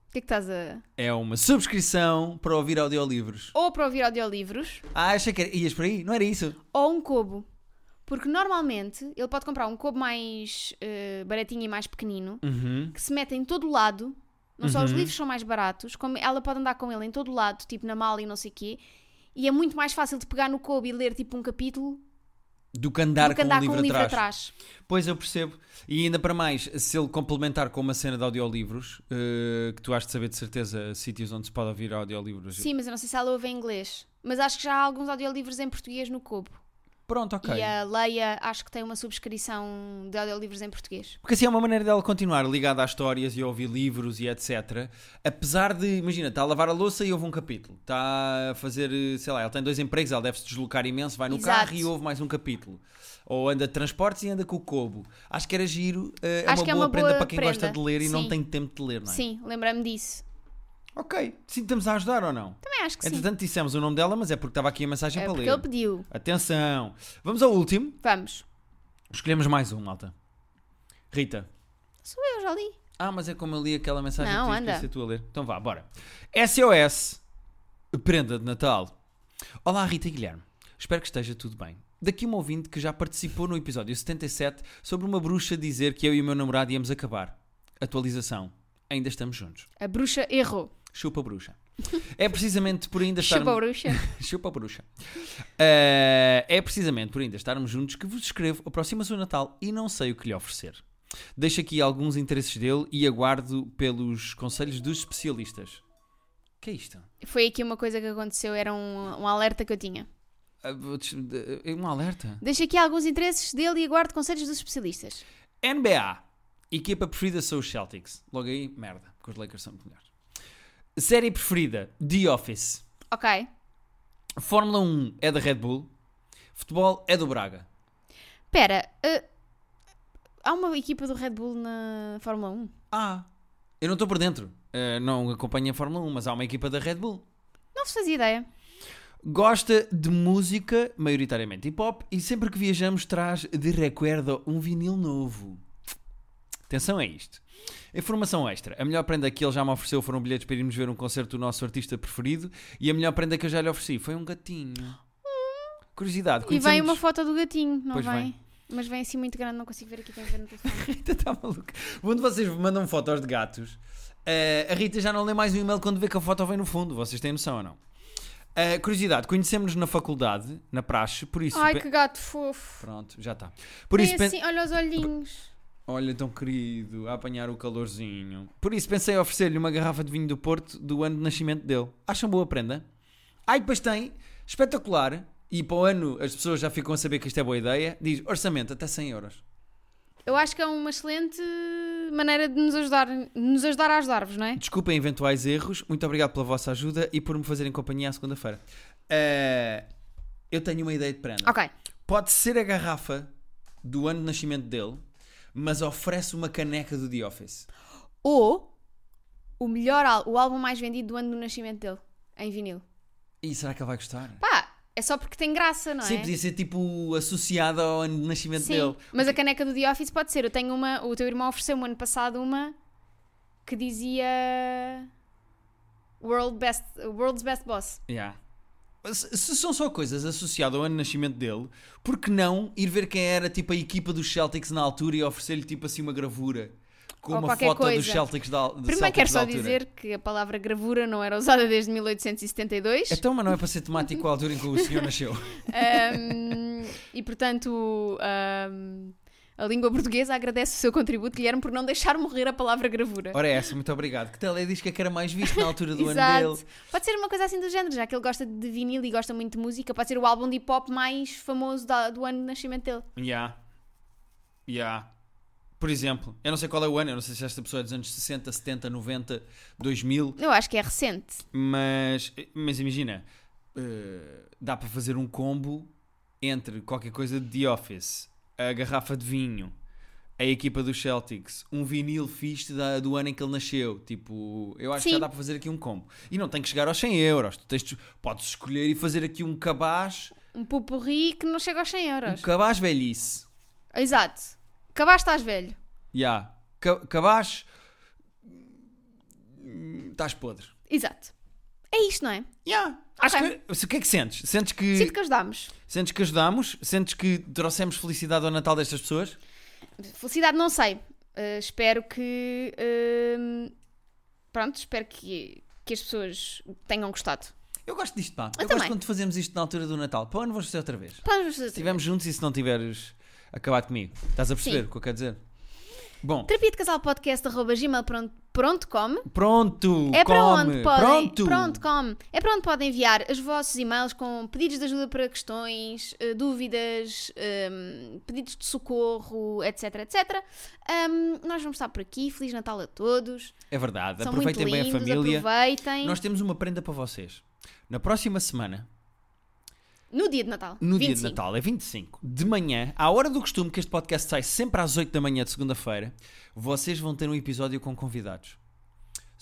A: O que é que estás a.
B: É uma subscrição para ouvir audiolivros.
A: Ou para ouvir audiolivros.
B: Ah, achei que era... ias por aí? Não era isso?
A: ou um cubo. Porque normalmente ele pode comprar um cubo mais eh, baratinho e mais pequenino,
B: Uhum.
A: que se mete em todo lado. Não só os livros são mais baratos, como ela pode andar com ele em todo lado, tipo na mala e não sei o quê. E é muito mais fácil de pegar no cubo e ler tipo um capítulo
B: Do que andar,
A: do que andar
B: com um livro, atrás.
A: atrás.
B: Pois eu percebo. E ainda para mais, se ele complementar com uma cena de audiolivros, eh, que tu has de saber de certeza sítios onde se pode ouvir audiolivros.
A: Sim, mas eu não sei se ela ouve em inglês. Mas acho que já há alguns audiolivros em português no cubo.
B: Pronto, ok.
A: E é a Leia acho que tem uma subscrição de audiolivros em português.
B: Porque assim é uma maneira dela continuar ligada às histórias e a ouvir livros e etc. Apesar de, imagina, está a lavar a louça e ouve um capítulo. Está a fazer, eh, sei lá, ela tem dois empregos, ela deve se deslocar imenso, vai no
A: Exato.
B: carro e ouve mais um capítulo. Ou anda de transportes e anda com o cobo. Acho que era giro, eh, é
A: Acho
B: uma
A: que é
B: boa
A: uma
B: prenda
A: boa
B: para quem gosta de
A: prenda.
B: ler e não
A: Sim.
B: tem tempo de ler, não é?
A: Sim, lembrei-me disso.
B: Ok, sim, estamos a ajudar ou não?
A: Também acho que sim.
B: Entretanto, é dissemos o nome dela, mas é porque estava aqui a mensagem
A: É
B: para
A: porque
B: ler.
A: ele pediu.
B: Atenção! Vamos ao último,
A: Vamos.
B: Escolhemos mais um, malta. Rita.
A: Sou eu, já li.
B: Ah, mas é como eu li aquela mensagem
A: Não,
B: que
A: anda.
B: tinhas que ser tu a ler. Então vá, bora. SOS, prenda de Natal. Olá, Rita e Guilherme. Espero que esteja tudo bem. Daqui um ouvinte que já participou no episódio 77 sobre uma bruxa dizer que eu e o meu namorado íamos acabar. Atualização. Ainda estamos juntos.
A: A bruxa errou.
B: Chupa bruxa. É precisamente por ainda
A: [laughs]
B: estarmos...
A: Chupa a bruxa.
B: Chupa bruxa. Eh, é precisamente por ainda estarmos juntos que vos escrevo. Aproxima-se o Natal e não sei o que lhe oferecer. Deixo aqui alguns interesses dele e aguardo pelos conselhos dos especialistas. que é isto?
A: Foi aqui uma coisa que aconteceu, era um, um alerta que eu tinha.
B: Ah, vou des- de- é Um alerta.
A: Deixo aqui alguns interesses dele e aguardo conselhos dos especialistas.
B: NBA. Equipa preferida são os Celtics. Logo aí, merda, porque os Lakers são muito melhores. Série preferida: The Office.
A: Ok.
B: Fórmula 1 é da Red Bull. Futebol é do Braga.
A: Pera, eh, há uma equipa do Red Bull na Fórmula 1?
B: Ah, eu não estou por dentro. Eh, não acompanho a Fórmula 1, mas há uma equipa da Red Bull.
A: Não se fazia ideia.
B: Gosta de música, maioritariamente hip hop, e sempre que viajamos traz de recuerdo um vinil novo. Atenção a isto. Informação extra. A melhor prenda que ele já me ofereceu foram bilhetes para irmos ver um concerto do nosso artista preferido e a melhor prenda que eu já lhe ofereci foi um gatinho.
A: [gasps]
B: Curiosidade.
A: E vem uma
B: conhecemos-
A: foto do gatinho, não
B: Pois
A: vem?
B: vem.
A: Mas vem assim muito grande, não consigo ver aqui, tenho que ver no telefone.
B: Rita está maluca. Quando Tá vocês me mandam fotos de gatos, eh, a Rita já não lê mais o e-mail quando vê que a foto vem no fundo. Vocês têm noção ou não? Eh, curiosidade, conhecemos-nos na faculdade, na praxe, por [laughs] isso.
A: Ai,
B: pe-
A: que gato fofo.
B: Pronto, já está. Por
A: Tem
B: isso. pen-
A: assim, olha os olhinhos.
B: Olha, tão querido, a apanhar o calorzinho. Por isso pensei em oferecer-lhe uma garrafa de vinho do Porto do ano de nascimento dele. Acham boa prenda? Ai, pois tem, espetacular. E para o ano as pessoas já ficam a saber que isto é boa ideia. Diz orçamento até 100 euros.
A: Eu acho que é uma excelente maneira de nos ajudar, de nos ajudar a ajudar-vos, não é?
B: Desculpem eventuais erros, muito obrigado pela vossa ajuda e por me fazerem companhia à segunda-feira. Eh, eu tenho uma ideia de prenda.
A: Ok.
B: Pode ser a garrafa do ano de nascimento dele, mas oferece uma caneca do The Office.
A: Ou o melhor, ál- o álbum mais vendido do ano do nascimento dele, em vinil.
B: E será que ele vai gostar?
A: Pá, é só porque tem graça, não
B: Sim,
A: é?
B: podia ser tipo associada ao ano de nascimento
A: Sim,
B: dele.
A: mas a caneca do The Office pode ser. Eu tenho uma, o teu irmão ofereceu-me ano passado uma que dizia World Best, World's Best Boss.
B: Yeah. Se, se são só coisas associadas ao ano de nascimento dele, por que não ir ver quem era tipo a equipa dos Celtics na altura e oferecer-lhe tipo assim uma gravura com
A: Ou
B: uma
A: qualquer
B: foto dos
A: coisa.
B: Celtics da, dos
A: Primeiro
B: Celtics
A: quero
B: da
A: só
B: altura?
A: dizer que a palavra gravura não era usada desde 1872
B: Então, mas não é para ser temático à altura em que o senhor nasceu.
A: Ahm, e portanto ahm, a língua portuguesa agradece o seu contributo, Guilherme, por não deixar morrer a palavra gravura.
B: [laughs] Ora, é essa, muito obrigado. Que teledisco é que era mais visto na altura do ano
A: Exato.
B: dele?
A: Pode ser uma coisa assim do género, já que ele gosta de vinil e gosta muito de música, pode ser o álbum de hip hop mais famoso da- do ano de nascimento dele.
B: Yeah. Yeah. Por exemplo, eu não sei qual é o ano, eu não sei se esta pessoa é dos anos 60, 70, 90, 2000,
A: Eu acho que é recente.
B: Mas, mas imagina, eh, dá para fazer um combo entre qualquer coisa de The Office, a garrafa de vinho, a equipa dos Celtics, um vinil fixe da, do ano em que ele nasceu. Tipo, eu acho que já
A: Sim.
B: dá para fazer aqui um combo. E não tem que chegar aos 100 euros. Tu tens de- podes escolher e fazer aqui um cabaz,
A: Um pupurri que não chega aos 100
B: um
A: euros.
B: cabaz velhice.
A: Exato. Acabaste, estás velho.
B: Yeah. Ca- cabaz. hum, Estás podre.
A: Exato. É isto, não é?
B: Yeah. Acho
A: Ok.
B: que. O que é que sentes? Sentes que.
A: Sinto que ajudámos.
B: Sentes que ajudamos? Sentes que trouxemos felicidade ao Natal destas pessoas?
A: Felicidade, não sei. Uh, espero que. uh, pronto, espero que, que as pessoas tenham gostado.
B: Eu gosto disto, pá. Eu,
A: Eu
B: gosto
A: também.
B: quando fazemos isto na altura do Natal. Para o ano vamos fazer outra vez.
A: Vamos fazer.
B: Estivemos juntos e se não tiveres acabado comigo. Estás a perceber
A: Sim.
B: o que eu quero dizer? Bom,
A: Terapia de casal podcast arroba gmail.com
B: pronto!
A: é para
B: come.
A: onde podem
B: Pronto!
A: come. é para onde podem enviar os vossos e-mails com pedidos de ajuda para questões, eh, dúvidas, ehm, pedidos de socorro, etc, etc. Ehm, nós vamos estar por aqui. Feliz Natal a todos.
B: É verdade.
A: São muito
B: Aproveitem
A: lindos,
B: bem a família.
A: aproveitem.
B: Nós temos uma prenda para vocês. Na próxima semana,
A: No dia de Natal.
B: no dia de
A: 25.
B: Natal, é 25, de manhã, à hora do costume, que este podcast sai sempre às 8 da manhã de segunda-feira, vocês vão ter um episódio com convidados.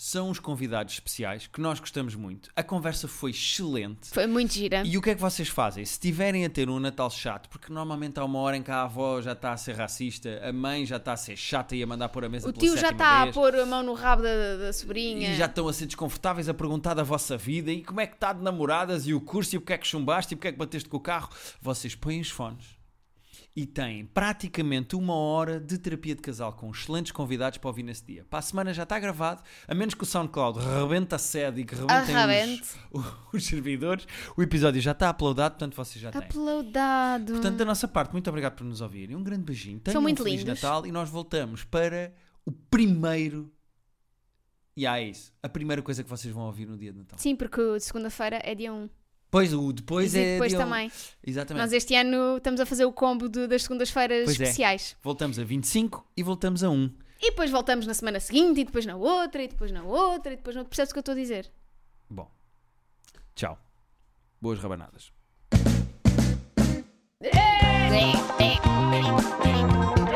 B: são uns convidados especiais que nós gostamos muito. A conversa foi excelente.
A: Foi muito gira.
B: E o que é que vocês fazem? Se tiverem a ter um Natal chato, porque normalmente há uma hora em que a avó já está a ser racista, a mãe já está a ser chata e a mandar pôr a mesa
A: O
B: pela
A: tio já
B: sétima
A: está a
B: vez,
A: pôr a mão no rabo da, da sobrinha.
B: E já estão a ser desconfortáveis a perguntar da vossa vida e como é que está de namoradas e o curso e porque é que chumbaste e porque é que bateste com o carro. Vocês põem os fones e têm praticamente uma hora de terapia de casal com excelentes convidados para ouvir nesse dia. Para a semana já está gravado, a menos que o SoundCloud rebente a sede e que rebentem
A: Arrebente.
B: os, [laughs] os servidores. O episódio já está uploadado, portanto vocês
A: Tá
B: já têm.
A: Uploadado.
B: Portanto, da nossa parte, muito obrigado por nos ouvirem. Um grande beijinho. Tenham
A: Hum. São muito
B: um Feliz
A: lindos.
B: Natal e nós voltamos para o primeiro. E há isso. A primeira coisa que vocês vão ouvir no dia de Natal.
A: Sim, porque o de segunda-feira é dia 1.
B: Pois o depois
A: e
B: é.
A: depois
B: dia um.
A: também.
B: Exatamente.
A: Nós é- este ano estamos a fazer o combo de- das segundas-feiras
B: Pois é.
A: especiais.
B: Voltamos a 25 e voltamos a 1.
A: E depois voltamos na semana seguinte, e depois na outra, e depois na outra, e depois na outra. Percebes o que eu estou a dizer?
B: Bom. Tchau. Boas rabanadas.
A: É.